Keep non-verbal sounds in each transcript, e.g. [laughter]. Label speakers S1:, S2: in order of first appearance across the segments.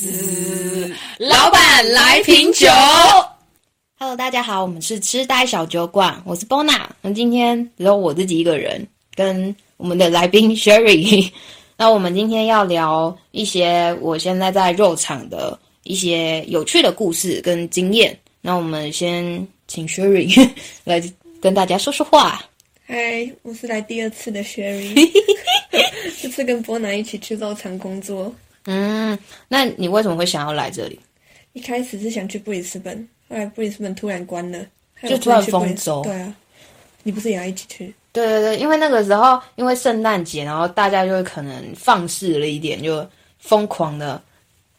S1: 滋，老板来瓶酒。
S2: Hello，大家好，我们是痴呆小酒馆，我是 Bona。那今天只有我自己一个人，跟我们的来宾 Sherry。那 [laughs] 我们今天要聊一些我现在在肉场的一些有趣的故事跟经验。那我们先请 Sherry [laughs] 来跟大家说说话。
S3: 嗨，我是来第二次
S2: [laughs]
S3: 的 Sherry，这次跟波南一起去肉场工作。
S2: 嗯，那你为什么会想要来这里？
S3: 一开始是想去布里斯本，后来布里斯本突然关了，害
S2: 就
S3: 我
S2: 突然
S3: 不能去布里
S2: 封州
S3: 对啊，你不是也要一起去？
S2: 对对对，因为那个时候因为圣诞节，然后大家就会可能放肆了一点，就疯狂的、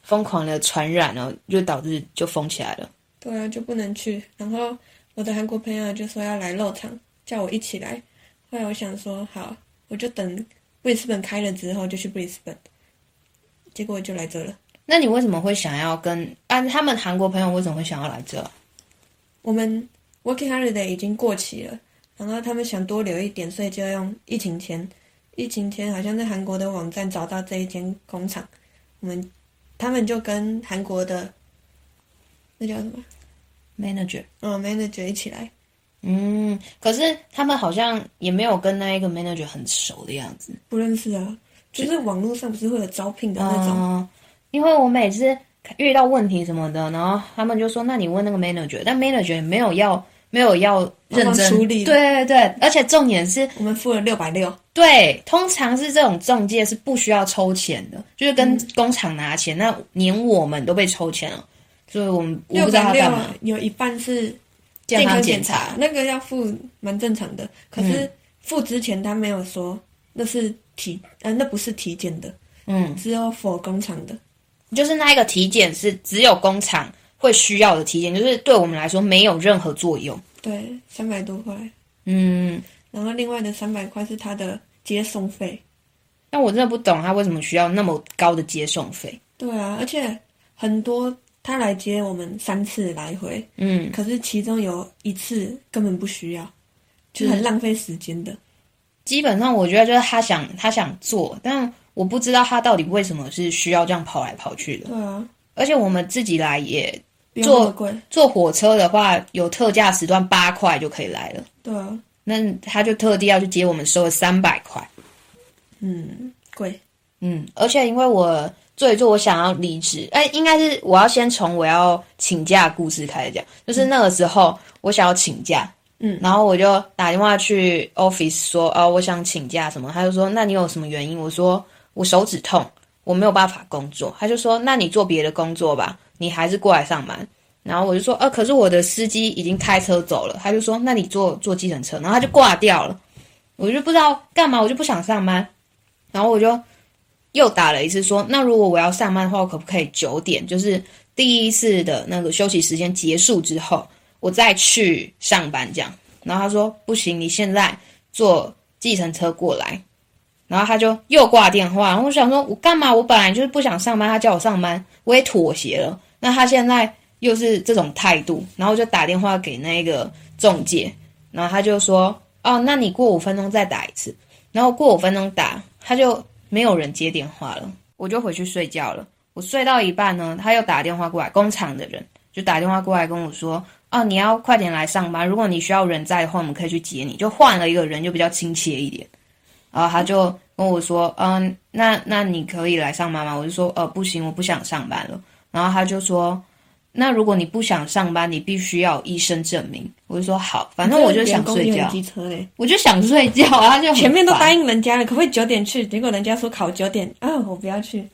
S2: 疯狂的传染，然后就导致就封起来了。
S3: 对啊，就不能去。然后我的韩国朋友就说要来肉场，叫我一起来。后来我想说好，我就等布里斯本开了之后就去布里斯本，结果我就来这了。
S2: 那你为什么会想要跟啊？他们韩国朋友为什么会想要来这？
S3: 我们 Working Holiday 已经过期了，然后他们想多留一点，所以就用疫情前，疫情前好像在韩国的网站找到这一间工厂，我们他们就跟韩国的那叫什么，
S2: manager，
S3: 嗯，manager 一起来，
S2: 嗯，可是他们好像也没有跟那一个 manager 很熟的样子。
S3: 不认识啊，就是网络上不是会有招聘的那种，
S2: 嗯，因为我每次遇到问题什么的，然后他们就说：“那你问那个 manager。”但 manager 也没有要没有要认
S3: 帮忙
S2: 真
S3: 处理
S2: 对对对，而且重点是
S3: 我们付了六百六，
S2: 对，通常是这种中介是不需要抽钱的，就是跟工厂拿钱，那连我们都被抽钱了，所以我们我不
S3: 六
S2: 知道
S3: 百
S2: 他
S3: 六
S2: 干嘛。
S3: 有一半是
S2: 健
S3: 康
S2: 康
S3: 检
S2: 检查，嗯
S3: 那个要付蛮正常的。可是付之前他没有说那是体，呃，那不是体检的，
S2: 嗯，
S3: 只有否工厂的。
S2: 就是那一个体检是只有工厂会需要的体检，就是对我们来说没有任何作用。
S3: 对，三百多块，
S2: 嗯，
S3: 然后另外的三百块是他的接送费。
S2: 但我真的不懂他为什么需要那么高的接送费。
S3: 对啊，而且很多他来接我们三次来回，
S2: 嗯，
S3: 可是其中有一次根本不需要，就很浪费时间的。
S2: 基本上我觉得就是他想他想做，但我不知道他到底为什么是需要这样跑来跑去的。
S3: 对啊，
S2: 而且我们自己来也
S3: 不用那
S2: 做
S3: 么贵。
S2: 坐火车的话，有特价时段八块就可以来了。
S3: 对啊，
S2: 那他就特地要去接我们，收了三百块。
S3: 嗯，贵。
S2: 嗯，而且因为我做一做，我想要离职，哎，应该是我要先从我要请假的故事开始讲。就是那个时候，我想要请假，
S3: 嗯
S2: 然后我就打电话去 office 说，哦，我想请假什么，他就说，那你有什么原因？我说我手指痛，我没有办法工作。他就说，那你做别的工作吧，你还是过来上班。然后我就说，呃，可是我的司机已经开车走了。他就说，那你坐坐计程车，然后他就挂掉了。我就不知道干嘛，我就不想上班。然后我就又打了一次说，那如果我要上班的话，我可不可以九点，就是第一次的那个休息时间结束之后，我再去上班这样？然后他说不行，你现在坐计程车过来。然后他就又挂电话，然后我想说，我干嘛？我本来就是不想上班，他叫我上班，我也妥协了。那他现在又是这种态度，然后就打电话给那个中介，然后他就说，哦，那你过五分钟再打一次。然后过五分钟打，他就没有人接电话了，我就回去睡觉了。我睡到一半呢，他又打电话过来，工厂的人就打电话过来跟我说：“哦，你要快点来上班，如果你需要人在的话，我们可以去接你。”就换了一个人，就比较亲切一点。然后他就跟我说：“嗯，那那你可以来上班吗？”我就说：“呃，不行，我不想上班了。”然后他就说：“那如果你不想上班，你必须要有医生证明。”我就说：“好，反正我就想睡觉，
S3: 机车嘞。
S2: 我就想睡觉啊。”
S3: [laughs]
S2: 他就很
S3: 前面都
S2: 烦
S3: 答应人家了，可不可以九点去？结果人家说考九点，啊，我不要
S2: [laughs]
S3: 去。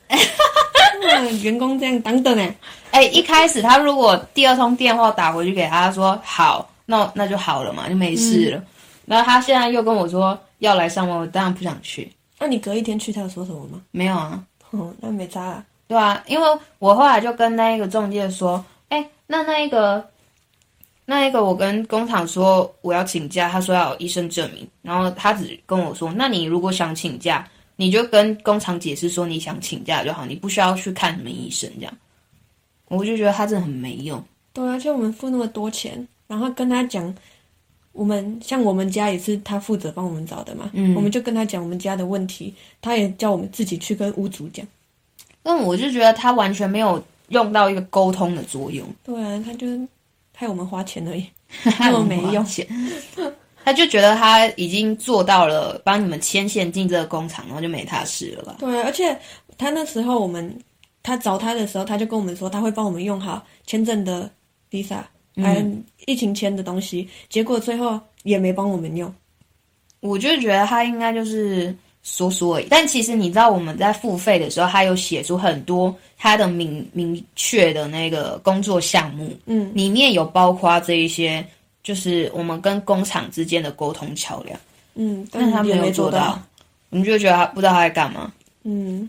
S3: 哇员工这样等等呢，
S2: 哎、一开始他如果第二通电话打回去给他说好，那那就好了嘛，就没事
S3: 嗯
S2: 了。然后他现在又跟我说要来上班，我当然不想去。
S3: 那、啊你隔一天去，他有说什么吗？
S2: 没有啊，
S3: 哦，那没差啊。
S2: 对啊，因为我后来就跟那一个中介说，哎、那那一个，那一个我跟工厂说我要请假，他说要有医生证明，然后他只跟我说，那你如果想请假，你就跟工厂解释说你想请假就好，你不需要去看什么医生这样。我就觉得他真的很没用。
S3: 对啊，而且我们付那么多钱，然后跟他讲，我们像我们家也是他负责帮我们找的嘛，
S2: 嗯
S3: 我们就跟他讲我们家的问题，他也叫我们自己去跟屋主讲，
S2: 但我就觉得他完全没有用到一个沟通的作
S3: [laughs]
S2: 用，
S3: 对啊，他就害我们花钱而已。
S2: 他
S3: 么没用
S2: 钱。他就觉得他已经做到了帮你们牵线进这个工厂，然后就没他事了吧？
S3: 对啊，而且他那时候我们他找他的时候，他就跟我们说他会帮我们用好签证的 visa，还
S2: 嗯
S3: 有疫情签的东西，结果最后也没帮我们用。
S2: 我就觉得他应该就是说说而已。但其实你知道我们在付费的时候，他有写出很多他的明明确的那个工作项目，
S3: 嗯，
S2: 里面有包括这一些，就是我们跟工厂之间的沟通桥梁，
S3: 嗯，但
S2: 但他
S3: 也
S2: 没有
S3: 没
S2: 做
S3: 到
S2: 到。，我们就觉得他不知道他在干嘛。
S3: 嗯，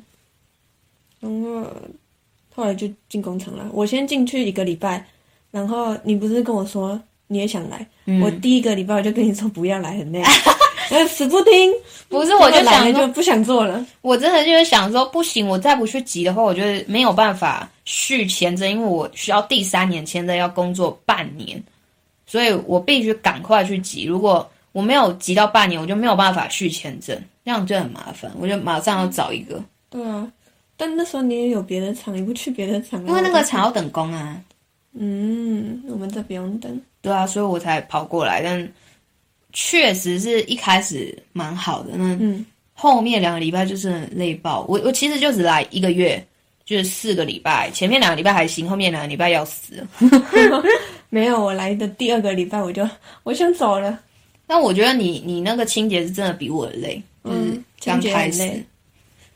S3: 然后后来就进工厂了。我先进去一个礼拜，然后你不是跟我说你也想来？
S2: 嗯
S3: 我第一个礼拜我就跟你说不要
S2: [laughs]
S3: 来，很累，然后死不听。
S2: 不是，我就
S3: 结果来
S2: 想
S3: 了
S2: 说
S3: 就，不想做了。
S2: 我真的就是想说，不行，我再不去急的话，我觉得没有办法续签证，因为我需要第三年签证要工作半年，所以我必须赶快去急。如果我没有急到半年，我就没有办法续签证，那样就很麻烦。我就马上要找一个，
S3: 对啊，但那时候你也有别的厂，你不去别的厂啊？
S2: 因为那
S3: 我
S2: 个
S3: 就
S2: 厂要等工啊，
S3: 嗯，我们这不用等。
S2: 对啊，所以我才跑过来。但确实是一开始蛮好的，那
S3: 嗯
S2: 后面两个礼拜就是很累爆。我我其实就只来一个月，就是四个礼拜，前面两个礼拜还行，后面两个礼拜要死了。
S3: 没有，我来的第二个礼拜我就我想走了。
S2: 但我觉得你你那个清洁是真的比我累，就是
S3: 嗯，
S2: 刚
S3: 清洁
S2: 开
S3: 很
S2: 始。
S3: 累。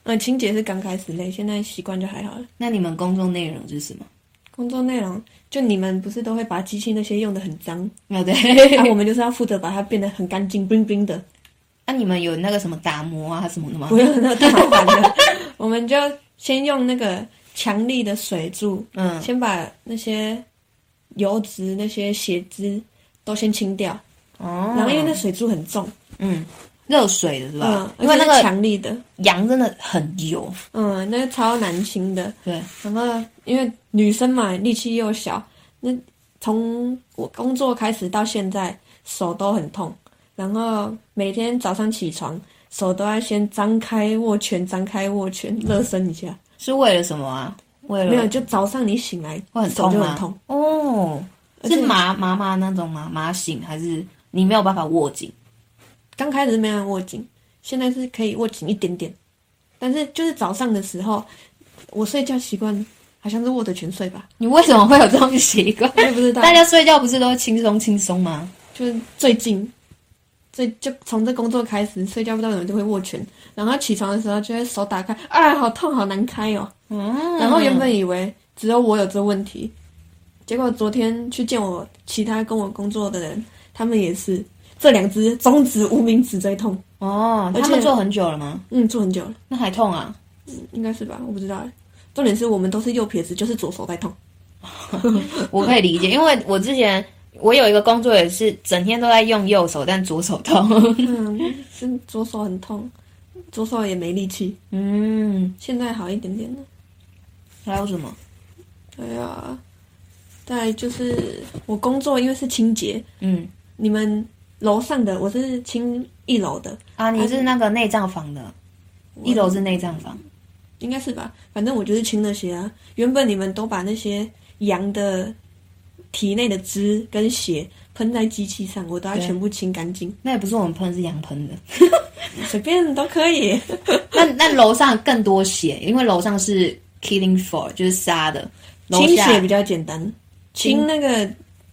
S3: 嗯，清洁是刚开始累，现在习惯就还好了。
S2: 那你们工作内容是什么？
S3: 工作内容就你们不是都会把机器那些用的很脏，
S2: 啊对，
S3: [laughs] 啊，
S2: [laughs]
S3: 我们就是要负责把它变得很干净、冰冰的，
S2: 那、啊你们有那个什么打磨啊什么的吗
S3: 不？用那太麻烦了。 [laughs] 我们就先用那个强力的水柱，
S2: 嗯，
S3: 先把那些油脂、那些血脂都先清掉，
S2: 哦，
S3: 然后因为那水柱很重，
S2: 嗯热水的是吧
S3: 嗯？，
S2: 因为那
S3: 而且是
S2: 个
S3: 强力的，
S2: 羊真的很油，
S3: 嗯，那个超难清的。
S2: 对，
S3: 然后因为女生嘛，力气又小，那从我工作开始到现在，手都很痛。然后每天早上起床，手都要先张开握拳，张开握拳，热身一下。
S2: 是为了什么啊？为了
S3: 没有，就早上你醒来，
S2: 会很
S3: 手
S2: 痛
S3: 就
S2: 吗？
S3: 很痛。
S2: 哦，
S3: 且
S2: 是麻麻麻那种吗？麻醒还是你没有办法握紧？
S3: 刚开始没有握紧，现在是可以握紧一点点。但是就是早上的时候，我睡觉习惯好像是握着拳睡吧，
S2: 你为什么会有这种习 [laughs] 惯？
S3: 我也不知道。
S2: 大家睡觉不是都轻松轻松吗？
S3: 就是最近，最就从这工作开始，睡觉不知道怎么就会握拳，然后起床的时候就会手打开，啊，好痛，好难开哦。
S2: 嗯，
S3: 然后原本以为只有我有这问题，结果昨天去见我其他跟我工作的人，他们也是这两只中指、无名指最痛，
S2: 哦，
S3: 而且
S2: 他们做很久了吗？
S3: 嗯，做很久了，
S2: 那还痛啊？
S3: 应该是吧，我不知道欸。重点是我们都是右撇子，就是左手在痛。
S2: [laughs] 我可以理解，因为我之前我有一个工作也是整天都在用右手，但左手痛。
S3: 嗯，是左手很痛，左手也没力气，
S2: [laughs] 嗯，
S3: 现在好一点点了。
S2: 还有什么？
S3: 对啊，再来就是我工作，因为是清洁，
S2: 嗯，
S3: 你们楼上的我是清一楼的，
S2: 啊，你是那个内脏房的，一楼是内脏房。
S3: 应该是吧？反正我就是清那些啊。原本你们都把那些羊的体内的汁跟血喷在机器上，我都要
S2: 对
S3: 全部清干净，
S2: 那也不是我们喷，是羊喷的。
S3: 随便都可以。
S2: [laughs] 那那楼上更多血，因为楼上是 killing for，就是杀的，楼
S3: 清
S2: 下
S3: 血比较简单，
S2: 清
S3: 清那个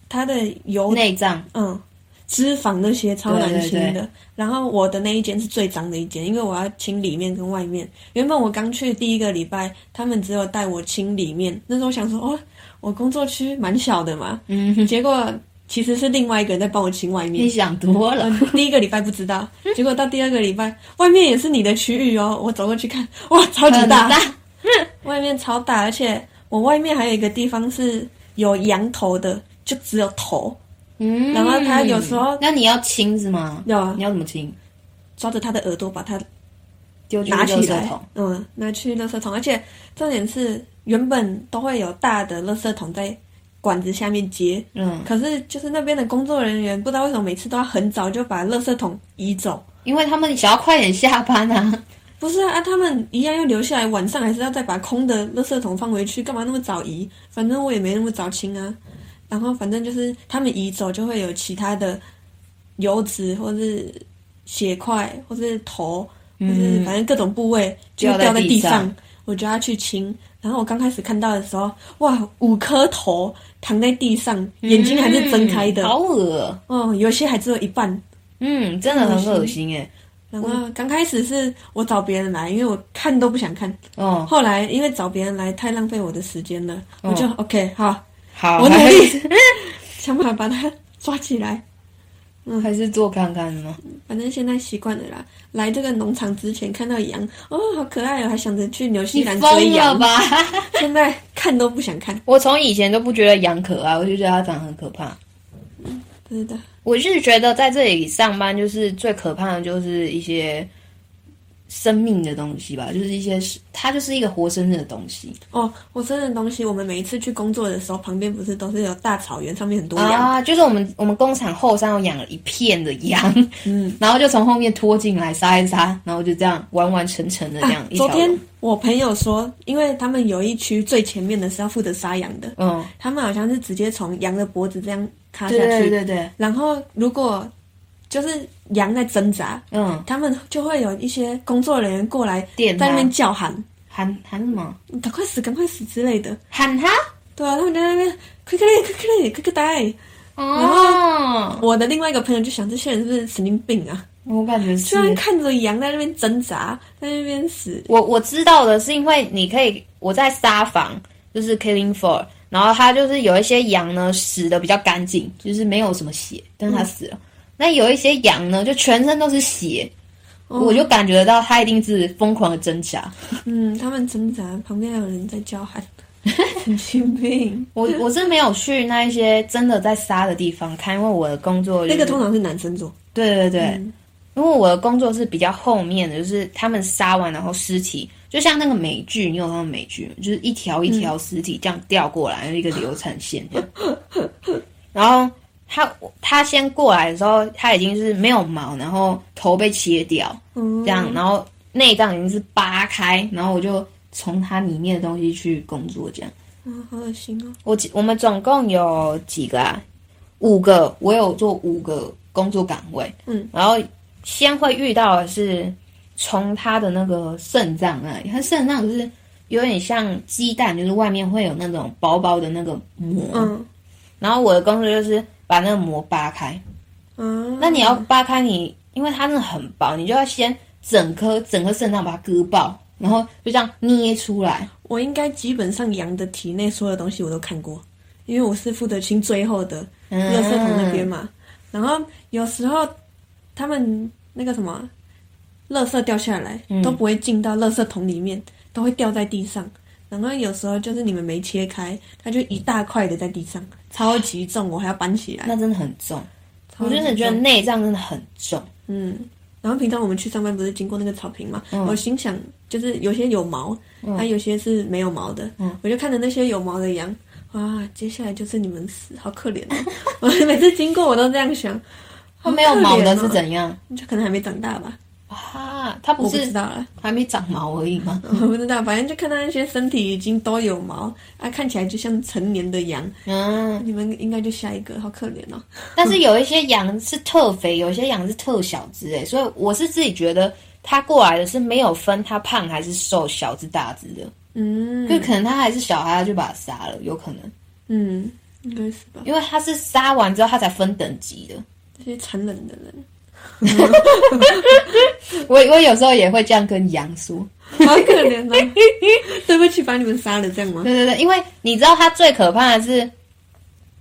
S3: 它的油
S2: 内脏。
S3: 嗯，脂肪那些超难清的。
S2: 对对对
S3: 然后我的那一间是最脏的一间，因为我要清里面跟外面。原本我刚去第一个礼拜，他们只有带我清里面。那时候我想说，哦，我工作区蛮小的嘛，
S2: 嗯哼，
S3: 结果其实是另外一个人在帮我清外
S2: 你
S3: 面。
S2: 想多了。
S3: 嗯第一个礼拜不知道，结果到第二个礼拜，外面也是你的区域哦。我走过去看，哇，超级大，
S2: 很大
S3: 外面超大，而且我外面还有一个地方是有羊头的，就只有头，
S2: 嗯
S3: 然后他有时候
S2: 那你要清是吗？
S3: 有啊
S2: 你要怎么清？
S3: 抓着他的耳朵把他
S2: 丢进
S3: 拿
S2: 垃
S3: 起
S2: 圾
S3: 来
S2: 桶。，
S3: 嗯，拿去垃圾桶，而且重点是原本都会有大的垃圾桶在管子下面接，
S2: 嗯，
S3: 可是就是那边的工作人员不知道为什么每次都要很早就把垃圾桶移走，
S2: 因为他们想要快点下班啊。
S3: 不是啊，啊他们一样要留下来，晚上还是要再把空的垃圾桶放回去，干嘛那么早移？反正我也没那么早清啊。然后反正就是他们移走就会有其他的油脂或是血块或是头，或是反正各种部位就会掉在地
S2: 嗯掉在地
S3: 上，我就要去清。然后我刚开始看到的时候，哇，五颗头躺在地上，眼睛还是睁开的，
S2: 嗯好恶，
S3: 哦，有些还只有一半。
S2: 嗯，真的很恶心哎，
S3: 然后刚开始是我找别人来，因为我看都不想看。
S2: 哦，
S3: 后来因为找别人来太浪费我的时间了，
S2: 嗯
S3: 我就 OK 好，
S2: 好，
S3: 我努
S2: 还
S3: 力
S2: 是
S3: 想办法把它抓起来。
S2: 还是做看看吗？
S3: 反正现在习惯了啦。来这个农场之前看到羊，哦，好可爱哦，还想着去纽西
S2: 你
S3: 兰追
S2: 疯了
S3: 羊。
S2: 吧？
S3: 现在看都不想看，
S2: 我从以前都不觉得羊可爱，我就觉得它长得很可怕。
S3: 真的。
S2: 我是觉得在这里上班，就是最可怕的就是一些生命的东西吧，就是一些它就是一个活生生的东西
S3: 哦，我生的东西，我们每一次去工作的时候，旁边不是都是有大草原，上面很多羊。
S2: 啊，就是我们我们工厂后山有养了一片的羊，
S3: 嗯，
S2: [laughs] 然后就从后面拖进来杀一杀，然后就这样完完成成的这样、
S3: 啊
S2: 一条
S3: 昨
S2: 龙。
S3: 天我朋友说，因为他们有一区最前面的是要负责杀羊的，
S2: 嗯，
S3: 他们好像是直接从羊的脖子这样卡下
S2: 对
S3: 去，
S2: 对对对，
S3: 然后如果就是羊在挣扎，
S2: 嗯，
S3: 他们就会有一些工作人员过来
S2: 电
S3: 在那边
S2: 它
S3: 叫喊
S2: 喊喊什么？：“
S3: 你赶快死，赶快死”之类的。
S2: 喊它
S3: 对啊，他们在那边快快点，快快点，快快呆！
S2: 哦，
S3: 我的另外一个朋友就想，这些人是不是神经病啊？
S2: 我感觉是
S3: 居然看着羊在那边挣扎，在那边死，
S2: 我我知道的是，因为你可以我在沙房，就是 Killing Floor，然后它就是有一些羊呢死的比较干净，就是没有什么血，但
S3: 嗯
S2: 是它死了。那有一些羊呢，就全身都是血，
S3: 哦
S2: 我就感觉得到它一定是疯狂的挣扎。
S3: 嗯，他们挣扎，旁边还有人在
S2: [laughs]
S3: 叫喊，神经病。 [laughs]
S2: 我我是没有去那一些真的在杀的地方看，因为我的工作、就是、
S3: 那个通嗯常是男生做，
S2: 对对对，因为我的工作是比较后面的，就是他们杀完然后尸体，就像那个美剧，你有看过美剧吗？就是一条一条尸体这样掉过来，一个流产线这样。
S3: [laughs]
S2: 然后他他先过来的时候，他已经是没有毛，然后头被切掉，
S3: 嗯，
S2: 这样，然后内脏已经是扒开，然后我就从它里面的东西去工作这样。
S3: 嗯，好恶心哦。
S2: 我几我们总共有几个啊？五个，我有做五个工作岗位。
S3: 嗯，
S2: 然后先会遇到的是从他的那个肾脏啊那里，他肾脏就是有点像鸡蛋，就是外面会有那种薄薄的那个膜。
S3: 嗯
S2: 然后我的工作就是把那个膜扒开。
S3: 嗯，
S2: 那你要扒开你，因为它那个很薄，你就要先整颗整颗肾脏把它割爆，然后就这样捏出来。
S3: 我应该基本上羊的体内所有东西我都看过，因为我是负责清最后的
S2: 嗯
S3: 垃圾桶那边嘛。然后有时候他们那个什么，垃圾掉下来、
S2: 嗯
S3: 都不会进到垃圾桶里面，都会掉在地上。然后有时候就是你们没切开，它就一大块的在地上，超级重，我还要搬起来。
S2: 那真的很重。
S3: 超
S2: 我
S3: 级
S2: 真的觉得
S3: 重
S2: 内脏真的很重。
S3: 嗯。然后平常我们去上班不是经过那个草坪嘛？
S2: 嗯
S3: 我心想，就是有些有毛，还、有些是没有毛的。
S2: 嗯
S3: 我就看着那些有毛的羊，哇，接下来就是你们死，好可怜哦！ [laughs] 我每次经过我都这样想，
S2: 它没有毛的
S3: 好可
S2: 是
S3: 怜哦
S2: 怎样
S3: 就可能还没长大吧，
S2: 啊？它
S3: 我
S2: 不
S3: 不知
S2: 是
S3: 道啦， [laughs]
S2: 还没长毛而已吗？
S3: 我不知道，反正就看到那些身体已经都有毛啊，看起来就像成年的羊。
S2: 嗯，
S3: 你们应该就下一个，好可怜哦。
S2: 但是有一些羊是特肥，有一些羊是特小只，哎，所以我是自己觉得它过来的是没有分它胖还是瘦，小只大只的，
S3: 嗯
S2: 就可能它还是小孩，它就把它杀了，有可能，
S3: 嗯，应该是吧。
S2: 因为它是杀完之后它才分等级的。
S3: 这些残忍的人，
S2: 我我有时候也会这样跟羊说，
S3: 好可怜哦。 [laughs] 对不起，把你们杀了，这样吗？
S2: 对对对，因为你知道它最可怕的是，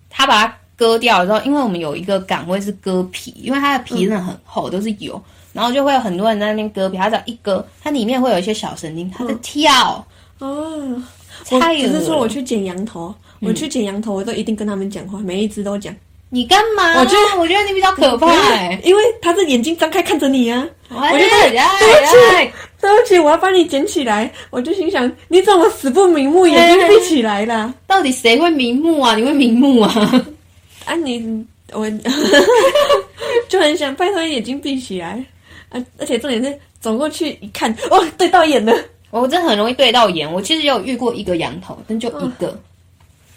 S2: 它把它割掉之后，因为我们有一个岗位是割皮，因为它的皮真的很厚，都是油，
S3: 嗯
S2: 然后就会有很多人在那边割皮，它只要一割，它里面会有一些小神经，它在跳，
S3: 哦，我
S2: 太
S3: 只
S2: 恶
S3: 是
S2: 了
S3: 说我去剪羊头，我去剪羊头，我都一定跟他们讲话，每一只都讲。
S2: 你干嘛？
S3: 我觉
S2: 得我觉得你比较可怕、欸，
S3: 因为他的眼睛张开看着你啊。
S2: 我
S3: 我就
S2: 哎
S3: 在
S2: 哎
S3: 对不起，我要把你捡起来。我就心想，你怎么死不瞑目，眼睛闭起来啦？
S2: 到底谁会瞑目啊？你会瞑目啊？ [laughs]
S3: [laughs] 啊你，我就很想拜托你眼睛闭起来。啊，而而且重点是走过去一看，哇，对到眼了，
S2: 我真的很容易对到眼。我其实也有遇过一个羊头，但就一个。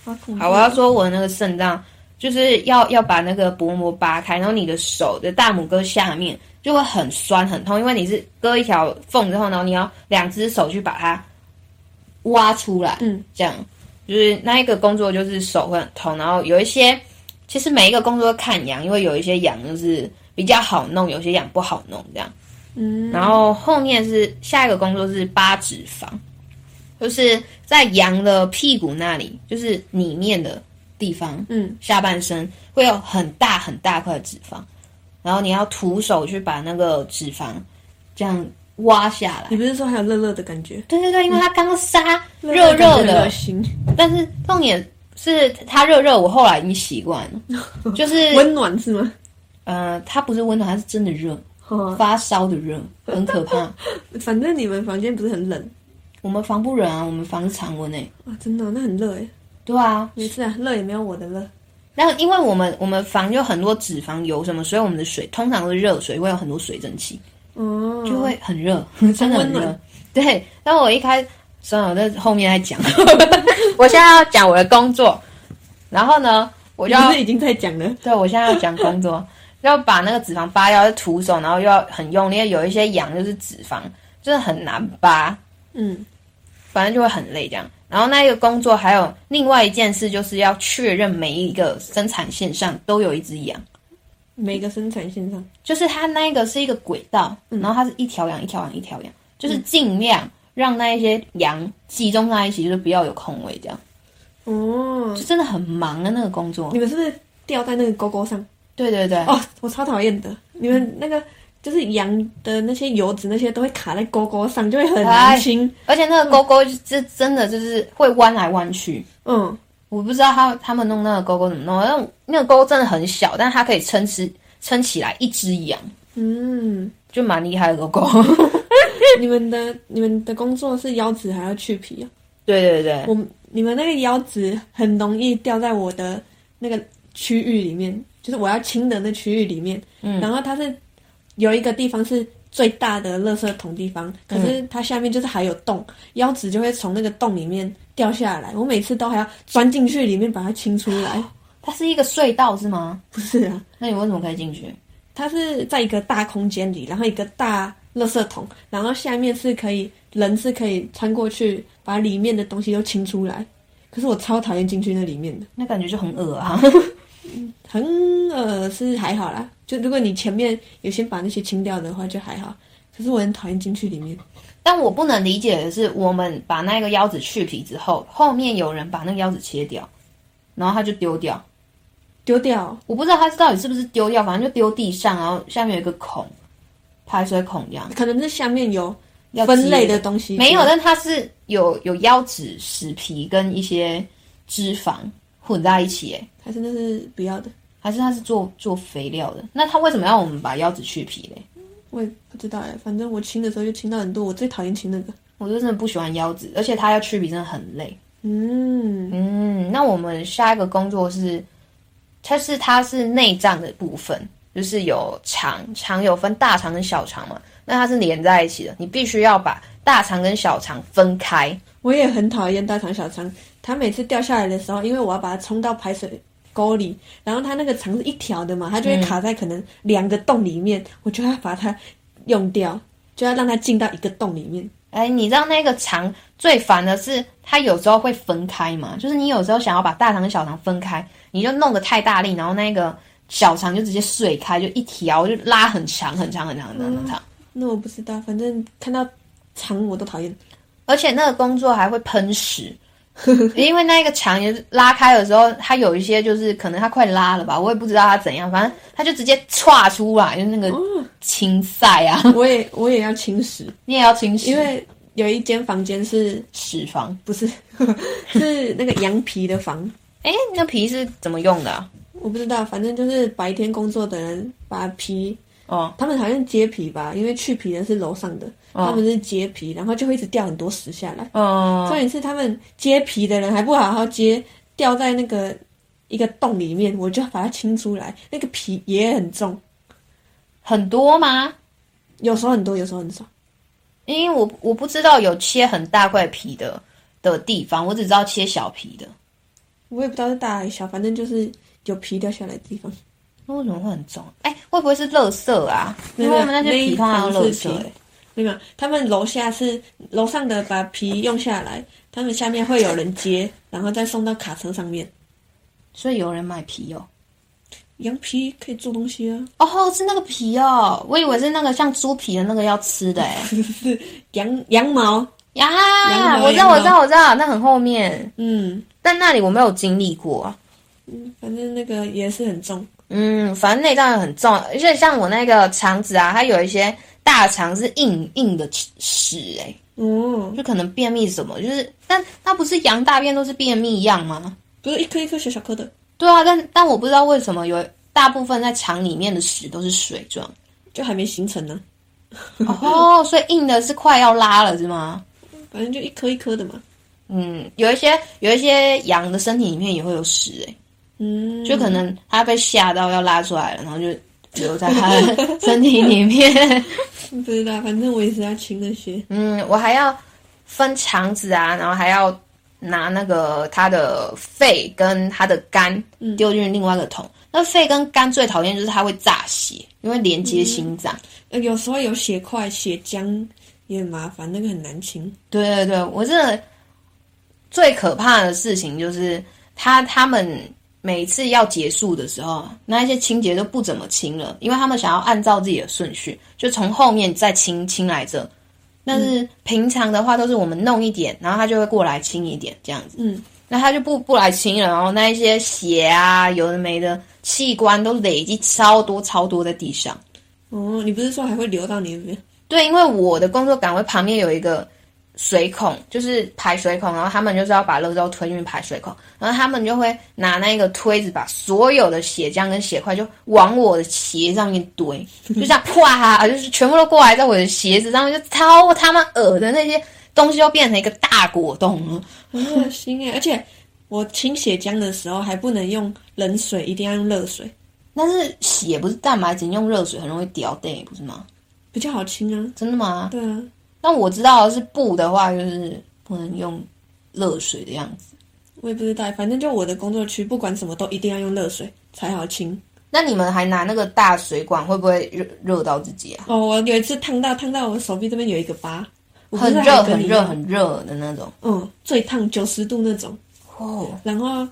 S3: 好恐怖！
S2: 好，啊我要说我那个肾脏就是要要把那个薄膜扒开，然后你的手的大拇哥下面就会很酸很痛，因为你是割一条缝之后，然后你要两只手去把它挖出来，
S3: 嗯，
S2: 这样就是那一个工作就是手会很痛，然后有一些其实每一个工作都看痒，因为有一些痒就是比较好弄，有些痒不好弄这样。
S3: 嗯，
S2: 然后后面是下一个工作是扒脂肪，就是在羊的屁股那里，就是里面的地方，
S3: 嗯，
S2: 下半身会有很大很大块的脂肪，然后你要徒手去把那个脂肪这样挖下来
S3: 你。不是说还有热热的感觉，
S2: 对对对，因为它刚杀热
S3: 嗯热
S2: 热的
S3: 的，心，
S2: 但是重点是它热热，我后来已经习惯了，就是
S3: 温暖是吗？
S2: 呃，它不是温暖，它是真的热，
S3: 哦，
S2: 发烧的热，很可怕。
S3: 反正你们房间不是很冷
S2: 我们防不冷啊，我们防是常温诶、
S3: 啊，真的哦、那很热哎，
S2: 对啊，
S3: 没事啊，热也没有我的热，
S2: 那因为我们我们房有很多脂肪油什么，所以我们的水通常是热水，会有很多水蒸气，
S3: 哦，
S2: 就会很热，真嗯的很
S3: 温暖
S2: 热。对，但我一开算了，我在后面再讲。 [laughs] 我现在要讲我的工作，然后呢，我
S3: 我
S2: 就要
S3: 不是已经在讲了，
S2: 对我现在要讲工作， [laughs] 要把那个脂肪扒掉，要徒手，然后又要很用力，因为有一些羊就是脂肪，真的很难扒。
S3: 嗯，
S2: 反正就会很累这样。然后那一个工作还有另外一件事，就是要确认每一个生产线上都有一只羊，
S3: 每个生产线上，
S2: 就是它那个是一个轨道，然后它是一条羊一条羊一条羊，就是尽量让那一些羊集中在一起，就是不要有空位这样。
S3: 哦
S2: 就，真的很忙啊，那个工作
S3: 你。们是不是吊在那个勾勾上？
S2: 对对对，
S3: 哦，我超讨厌的，你们那个。就是羊的那些油脂那些都会卡在勾勾上，就会很
S2: 哎
S3: 难清。
S2: 而且那个勾勾是真的就是会弯来弯去。
S3: 嗯，
S2: 我不知道他他们弄那个勾勾怎么弄，但我那个勾勾真的很小，但是它可以撑起撑起来一只羊，
S3: 嗯，
S2: 就蛮厉害的勾勾。
S3: 你们的你们的工作是腰子还要去皮啊？
S2: [laughs] 对对对，
S3: 我你们那个腰子很容易掉在我的那个区域里面，就是我要清的那区域里面。
S2: 嗯
S3: 然后它是有一个地方是最大的垃圾桶地方，可是它下面就是还有洞，腰子就会从那个洞里面掉下来。我每次都还要钻进去里面把它清出来。
S2: 它是一个隧道是吗？
S3: 不是啊，
S2: 那你为什么可以进去？
S3: 它是在一个大空间里，然后一个大垃圾桶，然后下面是可以人是可以穿过去，把里面的东西都清出来。可是我超讨厌进去那里面的，
S2: 那感觉就很恶啊！ [laughs]
S3: 很呃是还好啦，就如果你前面有先把那些清掉的话就还好。可是我很讨厌进去里面，
S2: 但我不能理解的是，我们把那个腰子去皮之后，后面有人把那个腰子切掉，然后他就丢掉。
S3: 丢掉
S2: 我不知道他到底是不是丢掉，反正就丢地上，然后下面有一个孔，排水孔这样。
S3: 可能是下面有
S2: 要
S3: 分类
S2: 接
S3: 的东西，
S2: 没有，但它是有有腰子、死皮跟一些脂肪混在一起，哎，
S3: 还是那是不要的，
S2: 还是它是做做肥料的？那它为什么要我们把腰子去皮嘞？
S3: 我也不知道哎、反正我清的时候就清到很多，我最讨厌清那个。
S2: 我就真的不喜欢腰子，而且它要去皮真的很累。
S3: 嗯，
S2: 嗯，那我们下一个工作是，它是它是内脏的部分，就是有肠，肠有分大肠跟小肠嘛，那它是连在一起的，你必须要把大肠跟小肠分开。
S3: 我也很讨厌大肠小肠，它每次掉下来的时候，因为我要把它冲到排水沟里，然后它那个肠是一条的嘛，它
S2: 嗯
S3: 就会卡在可能两个洞里面，我就要把它用掉，就要让它进到一个洞里面。
S2: 哎，你知道那个肠最烦的是，它有时候会分开嘛，就是你有时候想要把大肠跟小肠分开，你就弄得太大力，然后那个小肠就直接碎开，就一条就拉很长很长很长很长很长。
S3: 那我不知道，反正看到肠我都讨厌。
S2: 而且那个工作还会喷
S3: [laughs]
S2: 屎，因为那个墙也是拉开的时候，它有一些就是可能它快拉了吧，我也不知道它怎样，反正它就直接歘出来，就是那个
S3: 哦
S2: 青塞
S3: [laughs]
S2: 啊，
S3: 我也我也要清屎，
S2: 你也要清洗，
S3: 因为有一间房间是
S2: 屎房。
S3: 不是 [laughs] 是那个羊皮的房？
S2: 哎，那皮是怎么用的啊、
S3: 我不知道，反正就是白天工作的人把皮
S2: 哦，
S3: 他们好像接皮吧，因为去皮的是楼上的，他们是接皮，然后就会一直掉很多屎下来。重
S2: 嗯，
S3: 点是他们接皮的人还不好好接，掉在那个一个洞里面，我就要把它清出来。那个皮也很重，
S2: 很多吗？
S3: 有时候很多，有时候很少。
S2: 因为我我不知道有切很大块皮的的地方，我只知道切小皮的。
S3: 我也不知道是大还是小，反正就是有皮掉下来的地方。
S2: 那为什么会很重？哎、会不会是垃圾啊？因
S3: 有
S2: 为我们那些皮通常都垃
S3: 那一层是
S2: 圾、
S3: 皮没有，他们楼下是楼上的把皮用下来，他们下面会有人接，然后再送到卡车上面。
S2: 所以有人买皮哦。
S3: 羊皮可以做东西啊，
S2: 哦，是那个皮哦，我以为是那个像猪皮的那个要吃的哎。
S3: 羊羊毛，羊
S2: 呀，
S3: 毛
S2: 我知道，
S3: 羊毛
S2: 我知道，我知道，那很后面，
S3: 嗯，
S2: 但那里我没有经历过啊。
S3: 反正那个也是很重。
S2: 嗯，反正内脏也很重，而且像我那个肠子啊，它有一些大肠是硬硬的屎哎、
S3: 哦，
S2: 就可能便秘什么，就是但它不是羊大便都是便秘样吗？
S3: 不是一颗一颗小小颗的，
S2: 对啊，但但我不知道为什么有大部分在肠里面的屎都是水状。
S3: 就还没形成呢、
S2: 哦，所以硬的是快要拉了是吗？
S3: 反正就一颗一颗的嘛。
S2: 嗯，有一些有一些羊的身体里面也会有屎哎、
S3: 嗯，
S2: 就可能它被吓到要拉出来了，然后就留在它的 [laughs] 身体里面。
S3: 不知道，反正我也是要清那些。
S2: 嗯，我还要分肠子啊，然后还要拿那个它的肺跟它的肝丢进另外一个桶。那肺跟肝最讨厌就是它会炸血，因为连接心脏。
S3: 呃，有时候有血块、血浆也很麻烦，那个很难清。
S2: 对对对，我真的最可怕的事情就是他他们每次要结束的时候，那一些清洁都不怎么清了，因为他们想要按照自己的顺序，就从后面再清清来这。但是平常的话都是我们弄一点，然后他就会过来清一点这样子。
S3: 嗯，
S2: 那他就不不来清了，然后那一些血啊，有的没的器官都累积超多超多在地上。
S3: 哦，你不是说还会流到你那 [laughs] 边？
S2: 对，因为我的工作岗位旁边有一个水孔，就是排水孔，然后他们就是要把垃圾都推进去排水孔，然后他们就会拿那个推子把所有的血浆跟血块就往我的鞋上面堆，就这样哗，就是全部都过来在我的鞋子上面，就超他妈恶的那些东西都变成一个大果冻了。
S3: 很恶心哎！而且我清血浆的时候还不能用冷水，一定要用热水，
S2: 但是血不是蛋白质，你用热水很容易掉队，不是吗？
S3: 比较好清啊。
S2: 真的吗？
S3: 对啊，
S2: 但我知道的是布的话，就是不能用热水的样子。
S3: 我也不知道，欸反正就我的工作区，不管什么都一定要用热水才好清。
S2: 那你们还拿那个大水管，会不会热热到自己啊？
S3: 哦，我有一次烫到烫到我手臂这边有一个疤，我不
S2: 很
S3: 是还
S2: 热，
S3: 跟
S2: 很
S3: 你
S2: 热，很热的那种。
S3: 嗯，最烫九十度那种。
S2: 哦，
S3: 然后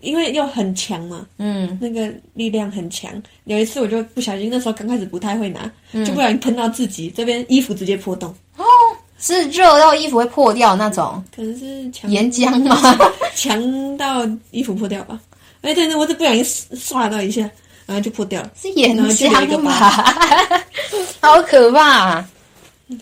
S3: 因为又很强嘛，
S2: 嗯，
S3: 那个力量很强。有一次我就不小心，那时候刚开始不太会拿，
S2: 嗯
S3: 就不小心喷到自己这边，衣服直接破洞，
S2: 是热到衣服会破掉那种，
S3: 可能是强
S2: 岩浆吗？
S3: [laughs] 强到衣服破掉吧。哎，对对，我这不小心刷到一下，然后就破掉了。
S2: 是岩
S3: 然后就有一个
S2: 浆吧？ [laughs] 好可怕、啊！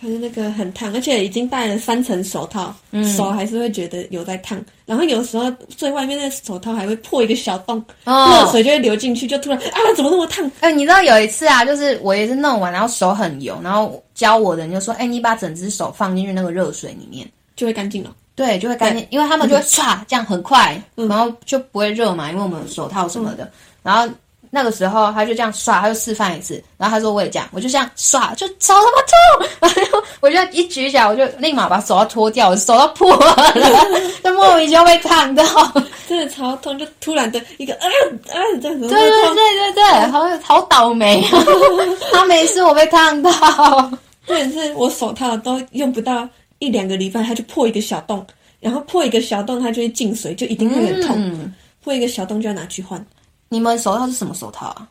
S3: 反正那个很烫，而且已经戴了三层手套，
S2: 嗯
S3: 手还是会觉得有在烫。然后有时候最外面那手套还会破一个小洞，热
S2: 哦，
S3: 水就会流进去，就突然啊，怎么那么烫？
S2: 哎、你知道有一次啊，就是我也是弄完，然后手很油，然后教我的人就说：“哎、你把整只手放进去那个热水里面。”
S3: 就会干净了。
S2: 对，嗯就会干净，因为他们就会唰这样很快，然后就不会热嘛，因为我们有手套什么的。然后那个时候他就这样唰，他就示范一次，然后他说我也这样，我就这样唰，就超他妈痛，然后我就一举起来，我就立马把手套脱掉，我手套破了，就莫名其妙被烫 [laughs] 到。
S3: 真的超痛，就突然的一个啊啊这样子，
S2: 对对对对对，好好倒霉啊！他没事，我被烫到。
S3: 或者是我手套都用不到一两个礼拜，它就破一个小洞，然后破一个小洞它就会进水，就一定会很痛，
S2: 嗯，
S3: 破一个小洞就要拿去换
S2: 你们手套是什么手套啊？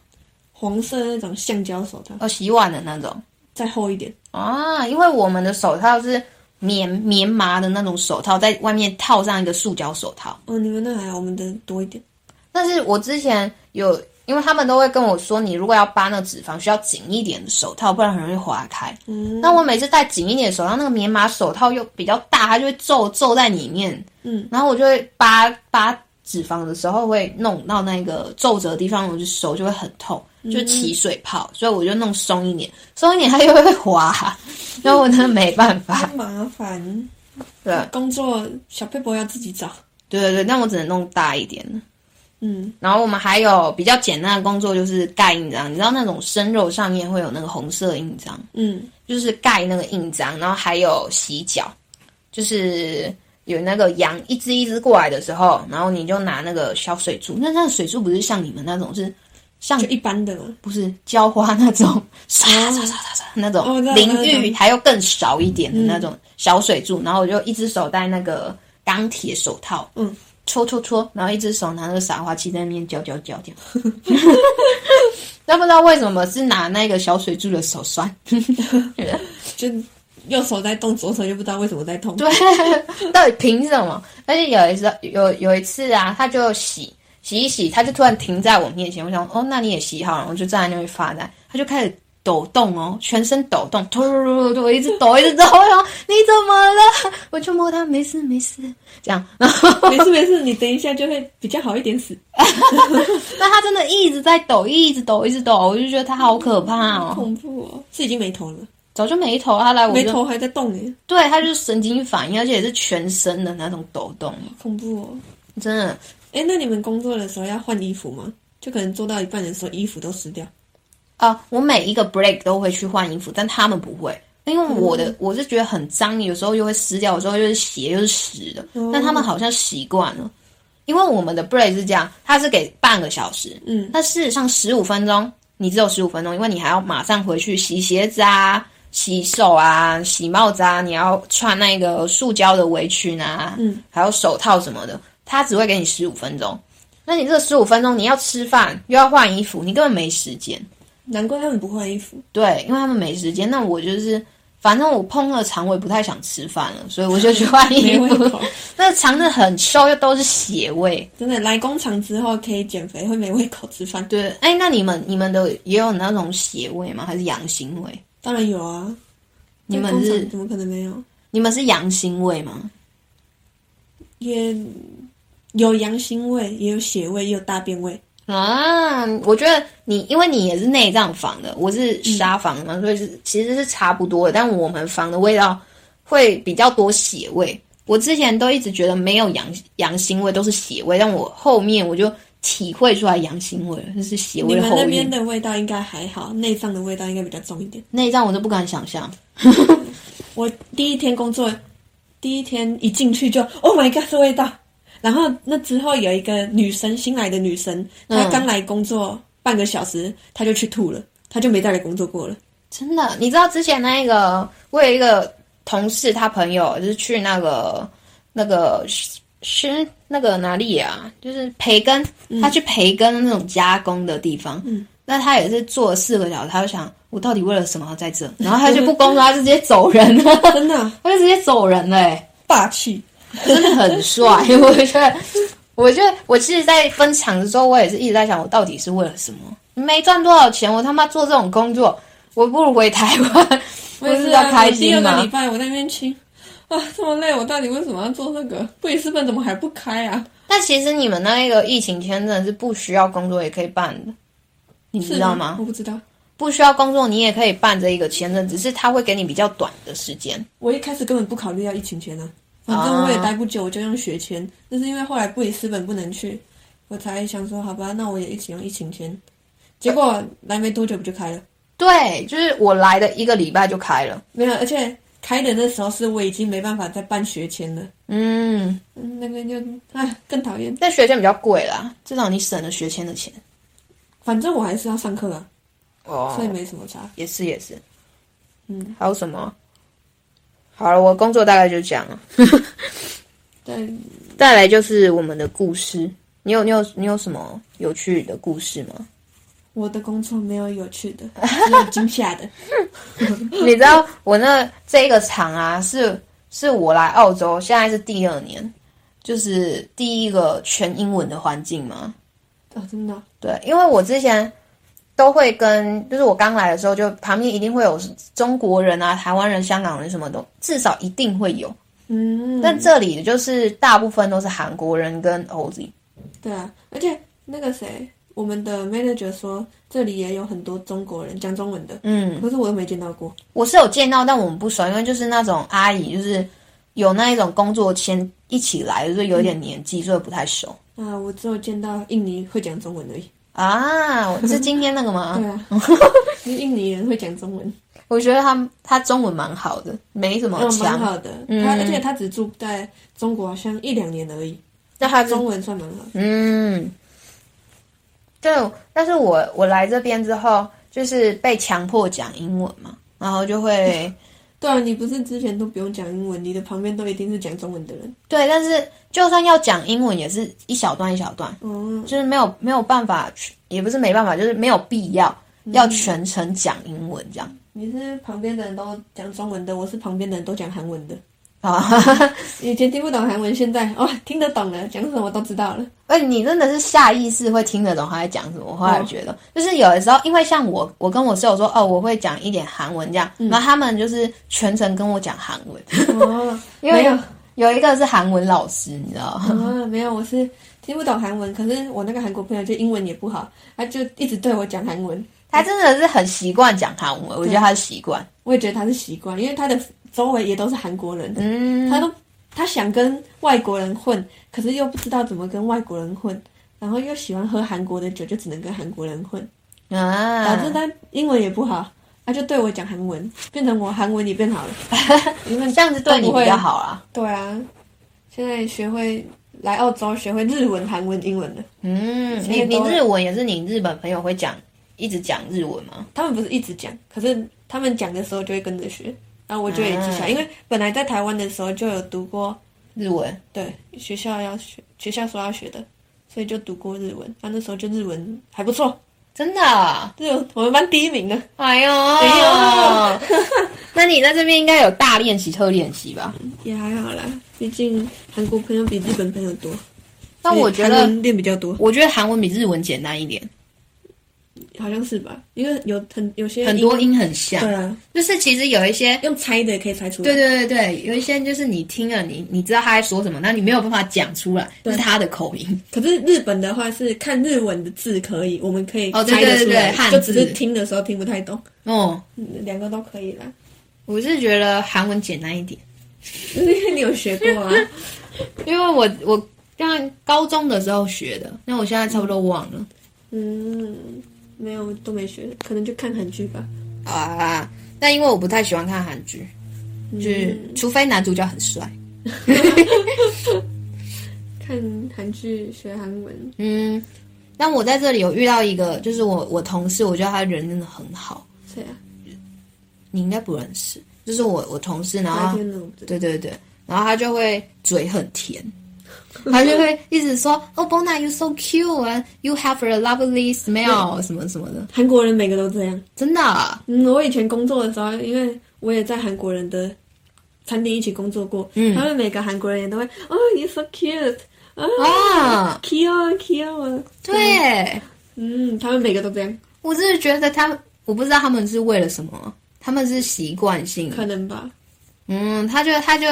S3: 黄色那种橡胶手套，
S2: 哦，洗碗的那种。
S3: 再厚一点。
S2: 啊，因为我们的手套是棉棉麻的那种手套，在外面套上一个塑胶手套。
S3: 哦，你们那还好，我们的多一点。
S2: 但是我之前有，因为他们都会跟我说，你如果要扒那个脂肪，需要紧一点的手套，不然很容易划开。
S3: 嗯
S2: 那我每次戴紧一点的手套，那个棉麻手套又比较大，它就会皱皱在里面。
S3: 嗯，
S2: 然后我就会扒扒脂肪的时候，会弄到那个皱褶的地方，我就手就会很痛，
S3: 嗯
S2: 就起水泡，所以我就弄松一点，松一点它又会滑，然后我真的没办法。
S3: 真麻烦。
S2: 啊对，
S3: 工作小佩伯要自己找，
S2: 对对对，但我只能弄大一点的。
S3: 嗯，
S2: 然后我们还有比较简单的工作就是盖印章，你知道那种生肉上面会有那个红色印章，
S3: 嗯，
S2: 就是盖那个印章，然后还有洗脚，就是有那个羊一只一只过来的时候，然后你就拿那个小水柱，那那个水柱不是像你们那种是像
S3: 就一般的嘛。
S2: 不是浇花那种，唰唰唰唰唰那
S3: 哦我
S2: 种
S3: 知道
S2: 淋
S3: 我知
S2: 浴
S3: 道嗯
S2: 还要更少一点的那种小水柱，然后我就一只手戴那个钢铁手套，
S3: 嗯，
S2: 戳戳戳，然后一只手拿那个撒花器在那边搅搅搅这样。 [laughs] 但不知道为什么是拿那个小水柱的手酸，
S3: 就右手在动，左手就不知道为什么在痛。
S2: 对， [laughs] 到底凭什么？而且有一次，有有一次啊，他就洗洗一洗，他就突然停在我面前。我想，哦，那你也洗好了，我就站在那里发呆。他就开始抖动哦，全身抖动，抖抖抖抖抖，一直抖，一直抖。我想你怎么了？我就摸他，没事没事，这样。 [laughs] 然后
S3: [laughs] 没事没事，你等一下就会比较好一点死。
S2: 那他真的一直在抖，一直抖，一直抖，我就觉得他好可怕哦。
S3: 恐怖哦，是已经没头了，
S2: 早就没头，他来我
S3: 没
S2: 就
S3: 头还在动哎，
S2: 对，他就是神经反应，而且也是全身的那种抖动，
S3: 好恐怖哦。
S2: 真的。
S3: 哎，那你们工作的时候要换衣服吗？就可能做到一半的时候衣服都湿掉。
S2: 啊，我每一个 break 都会去换衣服，但他们不会，因
S3: 嗯
S2: 为我的、我是觉得很脏，有时候又会湿掉，有时候又是鞋又是湿的，
S3: 哦
S2: 但他们好像习惯了。因为我们的 break 是这样，它是给半个小时，
S3: 嗯，
S2: 但事实上十五分钟，你只有十五分钟，因为你还要马上回去洗鞋子啊、洗手啊、洗帽子啊，你要穿那个塑胶的围裙啊，
S3: 嗯，
S2: 还有手套什么的，它只会给你十五分钟。那你这十五分钟，你要吃饭又要换衣服，你根本没时间。
S3: 难怪他们不换衣服，
S2: 对，因为他们没时间。那我就是，反正我碰了肠胃不太想吃饭了，所以我就去换 [laughs] 衣
S3: [laughs] 没胃
S2: 服。
S3: 口。
S2: 那肠子很臭，又都是血味。
S3: 真的，来工厂之后可以减肥，会没胃口吃饭。
S2: 对，哎，那你们你们的也有那种血味吗？还是羊腥味？
S3: 当然有啊，
S2: 你们
S3: 在工厂
S2: 是
S3: 怎么可能没有？
S2: 你们是羊腥味吗？
S3: 也有羊腥味，也有血味，也有大便味。
S2: 啊，我觉得你因为你也是内脏房的，我是沙房的嘛，
S3: 嗯
S2: 所以是其实是差不多的。但我们房的味道会比较多血味。我之前都一直觉得没有羊羊腥味，都是血味，但我后面我就体会出来羊腥味了，那是血
S3: 你
S2: 味的
S3: 们
S2: 后
S3: 那边
S2: 裔。
S3: 的味道应该还好，内脏的味道应该比较重一点。
S2: 内脏我都不敢想象，
S3: 我第一天工作，第一天一进去就 Oh my God，这味道。然后那之后有一个女生，新来的女生，她
S2: 嗯
S3: 刚来工作半个小时，她就去吐了，她就没再来工作 [laughs] 过了。
S2: 真的。你知道之前那个，我有一个同事，他朋友就是去那个那个是是那个哪里啊？就是培根，他去培根那种加工的地方。
S3: 嗯
S2: 那他也是做了四个小时，他就想我到底为了什么要在这？然后他就不工作，他就直接走人了， [laughs]
S3: 真的啊、
S2: 他就直接走人了、欸，
S3: 霸气，
S2: 真的很帅。 [laughs] 我觉得，我觉得，我其实，在分厂的时候，我也是一直在想，我到底是为了什么？没赚多少钱，我他妈做这种工作，我不如回台湾。我
S3: 也
S2: 是
S3: 啊
S2: 要开
S3: 我第
S2: 心
S3: 二个
S2: 嘛
S3: 礼。拜我在那边亲，啊，这么累，我到底为什么要做这个？布里斯本怎么还不开啊？
S2: 那其实你们那个疫情签证是不需要工作也可以办的，你
S3: 是啊
S2: 知道吗？
S3: 我不知道。
S2: 不需要工作你也可以办这一个签证，只是他会给你比较短的时间。
S3: 我一开始根本不考虑要疫情签啊，反正我也待不久，我就用学签。但是因为后来布里斯本不能去，我才想说好吧，那我也一起用疫情签。结果来没多久不就开了？
S2: 对，就是我来的一个礼拜就开了。
S3: 没有，而且开的那时候是我已经没办法再办学签了，
S2: 嗯，
S3: 嗯，那个就哎更讨厌。
S2: 但学签比较贵啦，至少你省了学签的钱。
S3: 反正我还是要上课啊，
S2: 哦
S3: 所以没什么差。
S2: 也是也是，
S3: 嗯，
S2: 还有什么？好了，我工作大概就这样了。
S3: 但
S2: 再来就是我们的故事，你有你有你有什么有趣的故事吗？
S3: 我的工作没有有趣的， [laughs] 只有惊吓的。
S2: 你知道我那这个厂啊，是是我来澳洲，现在是第二年，就是第一个全英文的环境嘛。
S3: 哦，真的哦、
S2: 对，因为我之前都会跟，就是我刚来的时候，就旁边一定会有中国人啊、台湾人、香港人什么的，至少一定会有。
S3: 嗯，
S2: 但这里就是大部分都是韩国人跟 OZ。
S3: 对啊，而且那个谁，我们的 manager 说这里也有很多中国人讲中文的，
S2: 嗯，
S3: 可是我都没见到过。
S2: 我是有见到，但我们不熟，因为就是那种阿姨，就是有那一种工作签一起来，就是有一点年纪，所以不太熟
S3: 啊，我只有见到印尼会讲中文而已。
S2: 啊。是今天那个吗
S3: [laughs]
S2: [laughs]
S3: 对？啊，因为印尼人会讲中文，
S2: 我觉得他他中文蛮好的，没什么
S3: 嗯，蛮
S2: 强。
S3: 好的。
S2: 嗯
S3: 他而且他只住在中国，好像一两年而已，
S2: 那他
S3: 中文算蛮好的。
S2: 嗯，对，但是我我来这边之后，就是被强迫讲英文嘛，然后就会 [laughs]
S3: 对啊，你不是之前都不用讲英文，你的旁边都一定是讲中文的人。
S2: 对，但是就算要讲英文，也是一小段一小段，
S3: 哦，
S2: 就是没有没有办法去，也不是没办法，就是没有必要
S3: 嗯
S2: 要全程讲英文这样
S3: 你是旁边的人都讲中文的，我是旁边的人都讲韩文的。
S2: 啊。 [laughs]
S3: 以前听不懂韩文，现在哦听得懂了，讲什么都知道
S2: [laughs]
S3: 了。 [laughs]
S2: 而且你真的是下意识会听得懂他在讲什么。我后来
S3: 哦
S2: 觉得，就是有的时候，因为像我，我跟我室友说，哦，我会讲一点韩文这样，
S3: 嗯
S2: 然后他们就是全程跟我讲韩文。 [laughs]
S3: 哦，
S2: 因为
S3: 没有
S2: 有一个是韩文老师，你知道吗？ [laughs]
S3: 啊，没有，我是听不懂韩文，可是我那个韩国朋友就英文也不好，他就一直对我讲韩文，
S2: 他真的是很习惯讲韩文，我觉得他是习惯。
S3: 我也觉得他是习惯，因为他的周围也都是韩国人，
S2: 嗯，
S3: 他都他想跟外国人混，可是又不知道怎么跟外国人混，然后又喜欢喝韩国的酒，就只能跟韩国人混，导致
S2: 啊，
S3: 他英文也不好，他就对我讲韩文，变成我韩文也变好 [laughs] 了，你们
S2: 这样子对你比较好啦。
S3: 对啊，现在学会来澳洲学会日文、韩文、英文了，
S2: 嗯，
S3: 前
S2: 你
S3: 面
S2: 你
S3: 都会
S2: 日文也是你日本朋友会讲，一直讲日文吗？
S3: 他们不是一直讲，可是他们讲的时候就会跟着学，然后我就也记下来，
S2: 嗯
S3: 因为本来在台湾的时候就有读过。
S2: 日文
S3: 对，学校要学，学校说要学的，所以就读过日文。他、啊那时候就日文还不错，
S2: 真的啊？
S3: 日文我们班第一名呢。
S2: 哎呦，
S3: 哎
S2: [laughs] 那你在这边应该有大练习特练习吧？
S3: 也还好啦，毕竟韩国朋友比日本朋友多。
S2: 但我觉得，
S3: 练比较多，
S2: 我觉得韩文比日文简单一点，
S3: 好像是吧？因为有很有些
S2: 很多音很像，
S3: 对啊，
S2: 就是其实有一些
S3: 用猜的也可以猜出来。
S2: 对对对对，有一些就是你听了你你知道他在说什么，那你没有办法讲出来，这是他的口音。
S3: 可是日本的话是看日文的字可以，我们可以
S2: 哦对
S3: 猜得
S2: 对对
S3: 出来，
S2: 对汉
S3: 就只
S2: 字
S3: 是听的时候听不太懂。
S2: 哦，
S3: 嗯两个都可以 [laughs] 啦，
S2: 我是觉得韩文简单一点，
S3: 就是因为你有学过啊。
S2: 因为我我像高中的时候学的，那我现在差不多忘了
S3: [laughs] 嗯，没有都没学，可能就看韩剧吧。
S2: 啊。但因为我不太喜欢看韩剧，就是
S3: 嗯
S2: 除非男主角很帅。
S3: 看韩剧学韩文，
S2: 嗯，但我在这里有遇到一个，就是我我同事，我觉得他人真的很好，
S3: 谁啊？
S2: 你应该不认识，就是我我同事，然
S3: 白
S2: 后
S3: 天的我不知道。
S2: 对对对，然后他就会嘴很甜，他就会一直说 [laughs] 哦 Bona you so cute and you have a lovely
S3: [laughs]
S2: smell 什么什么的，
S3: 韩国人每个都这样。
S2: 真的
S3: [laughs]
S2: 啊、
S3: 嗯，我以前工作的时候，因为我也在韩国人的餐厅一起工作过，
S2: 嗯
S3: 他们每个韩国人也都会，哦、y o u so cute，啊
S2: 啊，
S3: ，cute cute，
S2: 对
S3: 嗯，他们每个都这样，
S2: 我真的觉得他们，我不知道他们是为了什么，他们是习惯性，
S3: 可能吧。
S2: 嗯，他就他就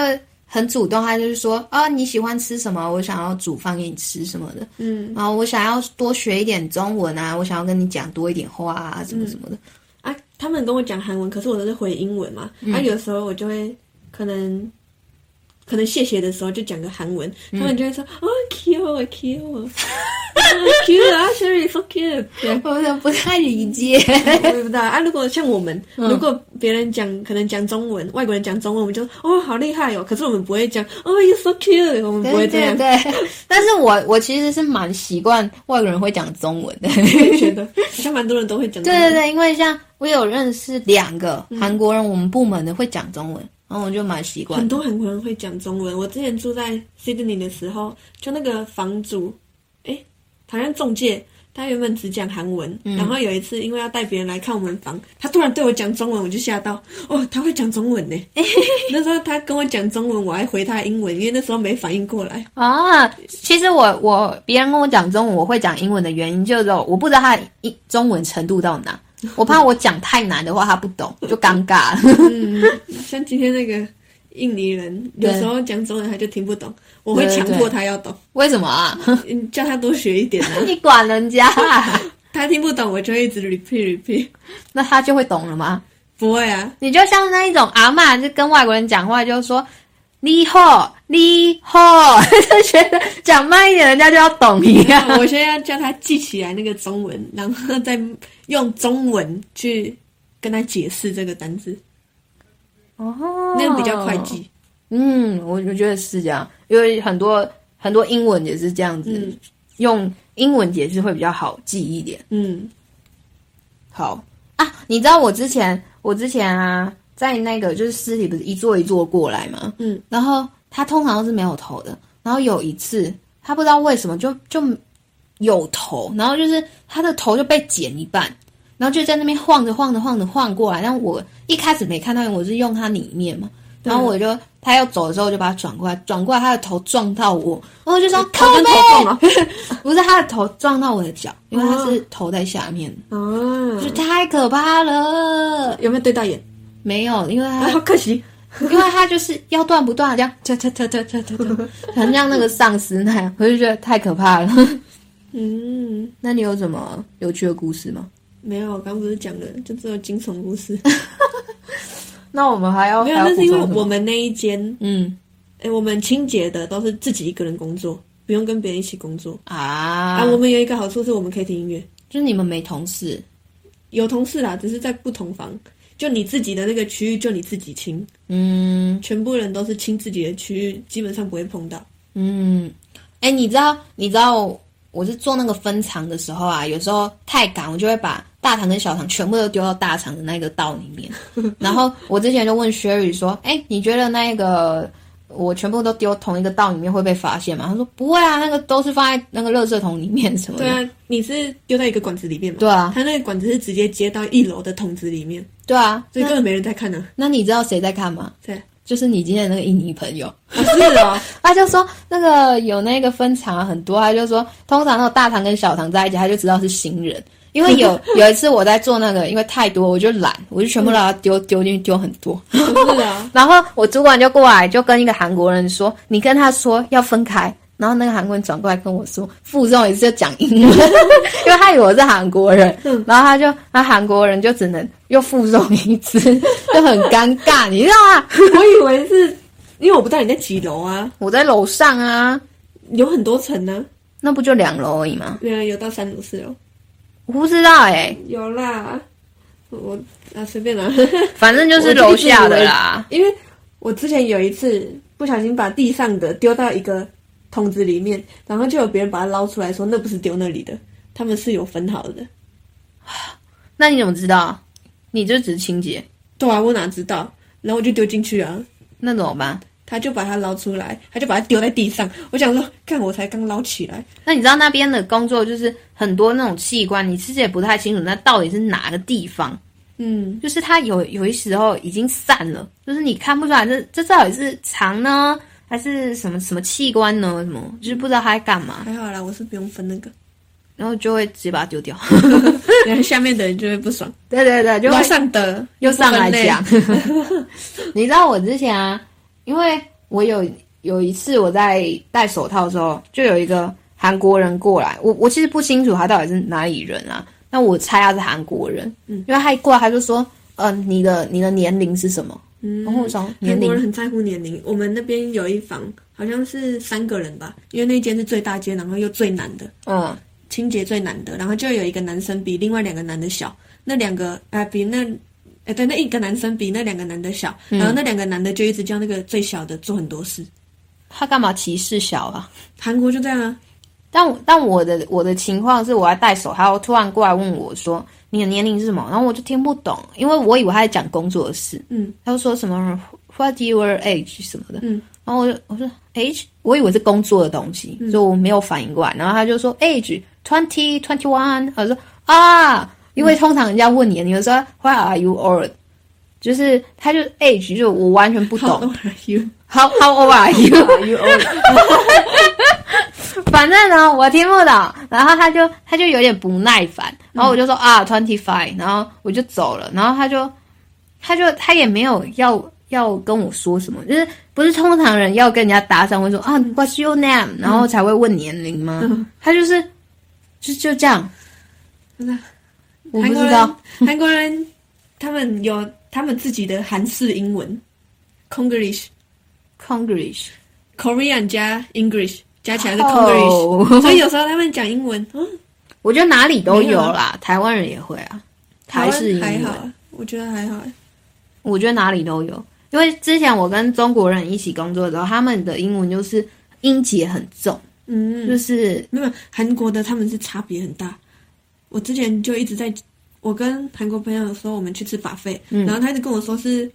S2: 很主动，他就是说啊你喜欢吃什么，我想要煮饭给你吃什么的，
S3: 嗯，
S2: 然后我想要多学一点中文啊，我想要跟你讲多一点话啊，什么什么的，
S3: 啊，他们跟我讲韩文，可是我都是回英文嘛。
S2: 嗯
S3: 啊，有时候我就会可能。可能谢谢的时候就讲个韩文，
S2: 嗯
S3: 他们就会说哦 cute cute，cute 啊，Sherry so cute，对，
S2: 我有点不太理解。
S3: 我也不知道啊。如果像我们，
S2: 嗯
S3: 如果别人讲可能讲中文，外国人讲中文，我们就哦好厉害哦。可是我们不会讲哦，you so cute，我们 [laughs] 不
S2: 对
S3: 会这
S2: 对
S3: 样。
S2: 对，但是我我其实是蛮习惯外国人会讲中文的。 [laughs]
S3: 我 [laughs] 觉得好像蛮多人都会讲中
S2: 对
S3: 文。
S2: 对对，因为像我有认识两个
S3: 嗯
S2: 韩国人，我们部门的会讲中文，然后我就蛮习惯
S3: 很。多韩国人会讲中文。我之前住在 Sydney 的时候，就那个房主，诶，好像中介，他原本只讲韩文，然后有一次因为要带别人来看我们房，他突然对我讲中文，我就吓到，哦，他会讲中文呢。那时候他跟我讲中文，我还回他英文，因为那时候没反应过来。
S2: 啊，其实我我别人跟我讲中文，我会讲英文的原因就是我不知道他的英中文程度到哪，我怕我讲太难的话他不懂，就尴尬 [laughs] 了。
S3: 嗯，像今天那个印尼人，有时候讲中文他就听不懂，我会强迫他要懂，
S2: 为什么啊？
S3: 嗯叫他多学一点啊。
S2: 你管人家 [laughs] 啊、
S3: 他听不懂，我就会一直 repeat repeat。
S2: 那他就会懂了吗？
S3: 不会啊，
S2: 你就像那一种阿嬷，就跟外国人讲话，就说你好，你好， [laughs] 就觉得讲慢一点，人家就要懂一样。
S3: [laughs] 我现在要叫他记起来那个中文，然后再用中文去跟他解释这个单字，
S2: 哦
S3: 那个比较快记。
S2: 嗯，我我觉得是这样，因为很多很多英文也是这样子，
S3: 嗯
S2: 用英文解释会比较好记一点。
S3: 嗯，
S2: 好啊，你知道我之前我之前啊，在那个就是尸体不是一座一座过来吗？
S3: 嗯，
S2: 然后他通常都是没有头的，然后有一次他不知道为什么就就有头，然后就是他的头就被剪一半，然后就在那边晃着晃着晃着晃过来，但我一开始没看到，因为我是用它里面嘛。然后我就他要走的时候，我就把他转过来，转过来，他的头撞到我，然后我就说靠
S3: 头哦跟
S2: 背
S3: 头，啊撞 [laughs] 了。
S2: 不是他的头撞到我的脚，因为他是头在下面，
S3: 哦
S2: 就，太可怕了。
S3: 有没有对到眼？
S2: 没有，因为
S3: 啊，
S2: 他
S3: 好可惜。
S2: 因为他就是要断不断这样，
S3: 哒哒哒哒哒哒 [laughs] 哒。
S2: 很像那个丧尸那样，我就觉得太可怕了。 [laughs]
S3: 嗯，
S2: 那你有什么有趣的故事吗？
S3: 没有，我刚不是讲了，就只有惊悚故 [laughs] 事。
S2: 那我们还要
S3: 没有，
S2: 还要
S3: 那是
S2: 补
S3: 因
S2: 充
S3: 为
S2: 什么
S3: 我们那一间，
S2: 嗯
S3: 哎，我们清洁的都是自己一个人工作，不用跟别人一起工作。
S2: 啊
S3: 啊，我们有一个好处是我们可以听音乐，
S2: 就是你们没同事
S3: 有同事啦，只是在不同房。就你自己的那个区域，就你自己清，
S2: 嗯
S3: 全部人都是清自己的区域，基本上不会碰到。
S2: 嗯，哎、你知道你知道我是做那个分肠的时候啊，有时候太赶，我就会把大肠跟小肠全部都丢到大肠的那个道里 [laughs] 面。然后我之前就问 Sherry 说：“哎、你觉得那个我全部都丢同一个道里面会被发现吗？”他说：“不会啊，那个都是放在那个垃圾桶里面什么的。
S3: 对啊，你是丢到一个管子里面嘛？
S2: 对啊
S3: 他那个管子是直接接到一楼的桶子里面，”
S2: 对啊，
S3: 所以根本没人在看呢、 [laughs] 啊。
S2: 那你知道谁在看吗？
S3: 对，
S2: 就是你今天的那个印尼朋友。
S3: 啊是哦，
S2: [laughs] 他就说那个有那个分厂很多，他就说通常那种大堂跟小堂在一起，他就知道是新人。因为
S3: [laughs]
S2: 有有一次我在做那个，因为太多，我就懒，我就全
S3: 嗯
S2: 部把它丢丢进去，丢很多。
S3: 是哦，
S2: 然后我主管就过来，就跟一个韩国人说：“你跟他说要分开。”然后那个韩国人转过来跟我说：“附送也是就讲英文， [laughs] 因为他以为我是韩国人。”然后他就，那韩国人就只能又附送一次，就很尴尬，你知道吗？
S3: [laughs] 我以为是因为我不知道你在几楼啊，
S2: 我在楼上啊，
S3: 有很多层呢、
S2: 那不就两楼而已吗？
S3: 没有有到三楼四楼，
S2: 我不知道哎、
S3: 有啦，我啊随便啦、
S2: 反正就是楼下的啦。
S3: 因为我之前有一次不小心把地上的丢到一个桶子里面，然后就有别人把它捞出来说那不是丢那里的，他们是有分好的。
S2: 那你怎么知道？你就只是清洁，
S3: 对啊，我哪知道？然后我就丢进去啊，
S2: 那怎么办？
S3: 他就把它捞出来，他就把它丢在地上。我想说，看我才刚捞起来，
S2: 那你知道那边的工作就是很多那种器官，你其实也不太清楚那到底是哪个地方，
S3: 嗯，
S2: 就是它有有一时候已经散了，就是你看不出来这这到底是肠呢，还是什么什么器官呢？什么就是不知道它在干嘛，
S3: 还好啦，我是不用分那个， [laughs]
S2: 然后就会直接把它丢掉。 [laughs]
S3: 然后下面的人就会不 [laughs] 爽，
S2: 对对对，就
S3: 楼
S2: 会
S3: 上的
S2: 又上来讲
S3: 讲，。
S2: [laughs] 你知道我之前啊，因为我有有一次我在戴手套的时候，就有一个韩国人过来，我我其实不清楚他到底是哪里人啊，那我猜他是韩国人，嗯，因为他一过来他就说，嗯、你的你的年龄是什么？
S3: 嗯
S2: 然后我想
S3: 韩
S2: 年龄
S3: 国人很在乎年龄。我们那边有一房，好像是三个人吧，因为那间是最大间，然后又最难的，
S2: 嗯，
S3: 清洁最难的。然后就有一个男生比另外两个男的小，那两个啊、呃比那，哎、对，那一个男生比那两个男的小，
S2: 嗯
S3: 然后那两个男的就一直叫那个最小的做很多事。
S2: 他干嘛歧视小啊？
S3: 韩国就这样啊，
S2: 但我但我的我的情况是，我在戴手套，突然过来问我说：“你的年龄是什么？”然后我就听不懂，因为我以为他在讲工作的事。
S3: 嗯，
S2: 他就说什么 “What your age” 什么的。
S3: 嗯，
S2: 然后我就我说 “age”，我以为是工作的东西，所以我没有反应过来。然后他就说 “age twenty twenty one”，我说啊，因为通常人家问年龄，你就说 “What are you old”，就是他就 age，就是我完全不懂
S3: How old are you?
S2: “How how old are you”。Oh，
S3: Are you old?
S2: 反正呢，我听不懂，然后他就他就有点不耐烦，然后我就说、啊，twenty five，然后我就走了，然后他就他就他也没有要要跟我说什么，就是不是通常人要跟人家搭讪会说啊，What's your name，然后才会问年龄吗？他就是就就这样，我不知道，
S3: 韩国人他们有他们自己的韩式英文，Konglish，
S2: Konglish，
S3: Korean 加 English 加起来是 Konglish，、
S2: 哦
S3: 所以有时候他们讲英文，嗯，
S2: 我觉得哪里都
S3: 没有
S2: 有
S3: 啊
S2: 啦，台湾人也会啊，
S3: 台
S2: 台式
S3: 湾
S2: 英
S3: 还好
S2: 文，
S3: 啊，我觉得还好啊。
S2: 我觉得哪里都有。因为之前我跟中国人一起工作的时候，他们的英文就是音节很重，
S3: 嗯，
S2: 就是
S3: 没有韩国的他们是差别很大。我之前就一直在，我跟韩国朋友说我们去吃把费、
S2: 嗯
S3: 然后他一直跟我说是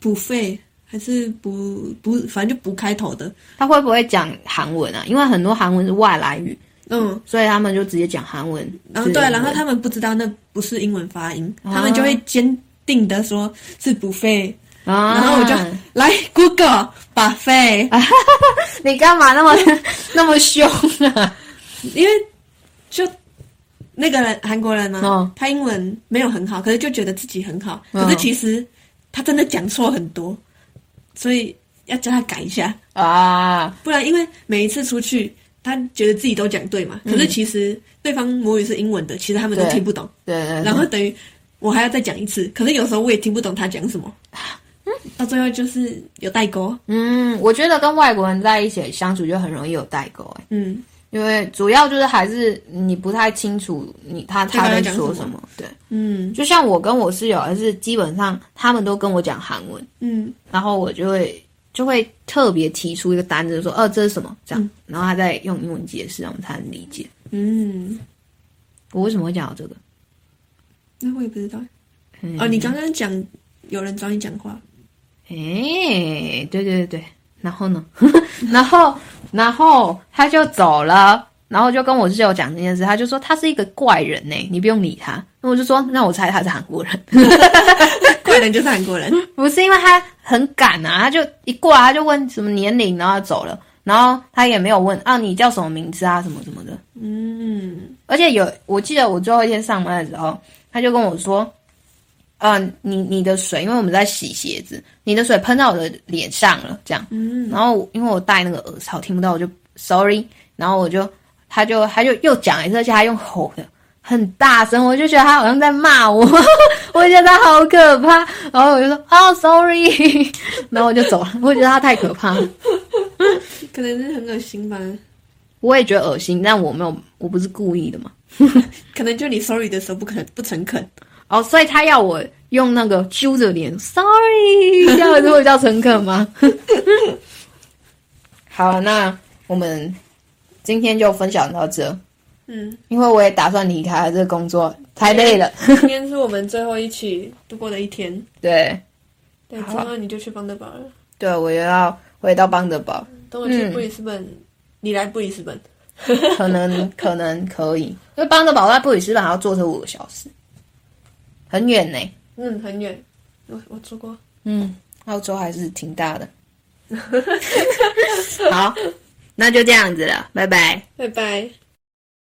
S3: 补费还是补补，反正就补开头的。
S2: 他会不会讲韩文啊？因为很多韩文是外来语，
S3: 嗯，
S2: 所以他们就直接讲韩文。
S3: 然后
S2: 是
S3: 哦对，
S2: 英文
S3: 然后他们不知道那不是英文发音，
S2: 啊
S3: 他们就会坚定的说是补费、
S2: 啊，
S3: 然后我就来 Google 把费、
S2: [laughs] 你干嘛
S3: [laughs]
S2: 那么那么凶啊？
S3: 因为就那个人韩国人呢、
S2: 嗯
S3: 他英文没有很好，可是就觉得自己很好，
S2: 嗯
S3: 可是其实他真的讲错很多，所以要叫他改一下，
S2: 啊，
S3: 不然因为每一次出去，他觉得自己都讲对嘛，可是其实对方母语是英文的，其实他们都
S2: 对
S3: 听不懂，
S2: 对对对嗯
S3: 然后等于我还要再讲一次，可是有时候我也听不懂他讲什么，到最后就是有代沟，
S2: 嗯，我觉得跟外国人在一起相处就很容易有代沟、欸，
S3: 嗯，
S2: 因为主要就是还是你不太清楚你他
S3: 对
S2: 他
S3: 他在
S2: 在
S3: 讲
S2: 说
S3: 什
S2: 什
S3: 么
S2: 么。对，
S3: 嗯
S2: 就像我跟我室友，还是基本上他们都跟我讲韩文，
S3: 嗯
S2: 然后我就会就会特别提出一个单子说，呃，这是什么这样，然后他再用英文解释，让我们才能理解。
S3: 嗯，
S2: 我为什么会讲到这个？
S3: 那我也不知道，
S2: 嗯
S3: 哦，你刚刚讲有人找你讲话。
S2: 哎、对对对对，然后呢？ [laughs] 然后然后他就走了，然后就跟我室友讲这件事，他就说他是一个怪人呢、你不用理他。那我就说，那我猜他是韩国人，
S3: 怪人就是韩国人，
S2: 不是因为他很赶啊，他就一过来他就问什么年龄，然后他走了，然后他也没有问啊你叫什么名字啊什么什么的。
S3: 嗯，
S2: 而且有，我记得我最后一天上班的时候，他就跟我说：“嗯、你你的水，因为我们在洗鞋子，你的水喷到我的脸上了，这样。”嗯。然后我因为我戴那个耳罩听不到，我就 sorry，然后我就他就他就又讲一次，而且他用吼的。很大声，我就觉得他好像在骂我， [laughs] 我觉得他好可怕，然后我就说哦、sorry，然后我就走了。我觉得他太可怕了，
S3: 可能是很恶心吧，
S2: 我也觉得恶心，但我没有，我不是故意的嘛。
S3: 可能就你 sorry 的时候不肯不诚恳，
S2: 哦，所以他要我用那个揪着脸，sorry，这 [laughs] 样子会叫诚恳吗？ [laughs] 好，那我们今天就分享到这，
S3: 嗯，
S2: 因为我也打算离开了这个工作，太累了。
S3: 今天是我们最后一起度过的一天，
S2: 对，
S3: 对，之
S2: 好啊
S3: 后你就去邦德堡了，
S2: 对我又要回到邦德堡，
S3: 等我去
S2: 嗯
S3: 布里斯本，你来布里斯本，
S2: 可 [laughs] 能可能可以，因为邦德堡在布里斯本还要坐车五个小时，很远呢。
S3: 嗯，很远，我我住过，
S2: 嗯，澳洲还是挺 [laughs] 大的。好，那就这样子了，拜拜。
S3: 拜拜。